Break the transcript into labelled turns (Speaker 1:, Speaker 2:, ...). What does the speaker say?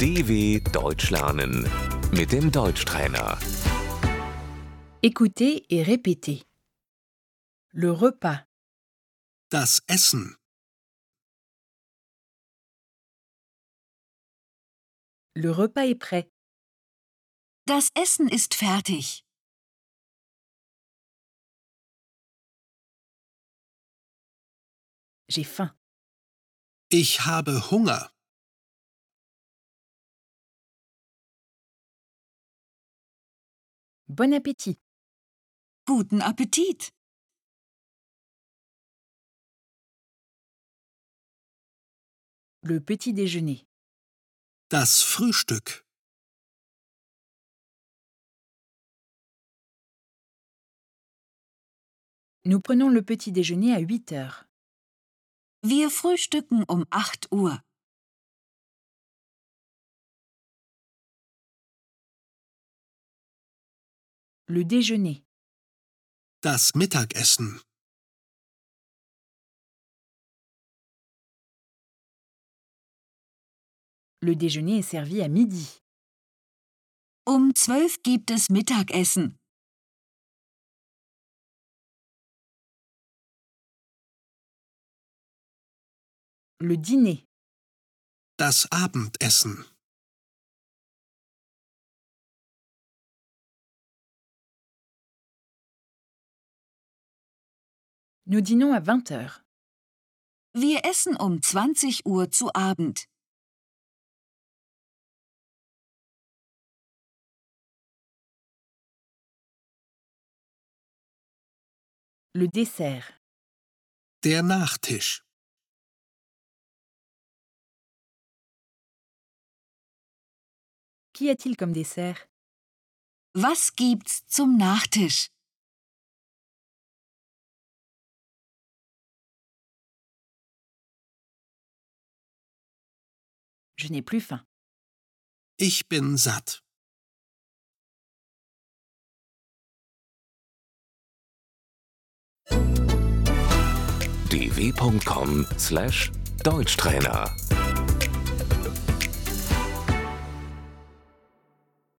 Speaker 1: DW Deutsch lernen mit dem Deutschtrainer.
Speaker 2: Écoutez et répétez. Le repas,
Speaker 3: Das Essen,
Speaker 2: le repas est prêt. Das Essen ist fertig. J'ai faim.
Speaker 3: ich habe Hunger,
Speaker 2: Bon appétit. Guten Appetit. Le petit déjeuner,
Speaker 3: das Frühstück,
Speaker 2: Nous prenons le petit déjeuner à 8 heures. Wir frühstücken um 8 Uhr. Le déjeuner,
Speaker 3: das Mittagessen,
Speaker 2: le déjeuner est servi à midi. Um 12 gibt es Mittagessen. Le dîner,
Speaker 3: das Abendessen,
Speaker 2: nous dînons à 20 heures. Wir essen um 20 Uhr zu Abend. Le dessert.
Speaker 3: der Nachtisch,
Speaker 2: Qu'y a-t-il comme dessert Was gibt's zum Nachtisch? Je n'ai plus faim.
Speaker 3: ich bin satt.
Speaker 1: dw.com/deutschtrainer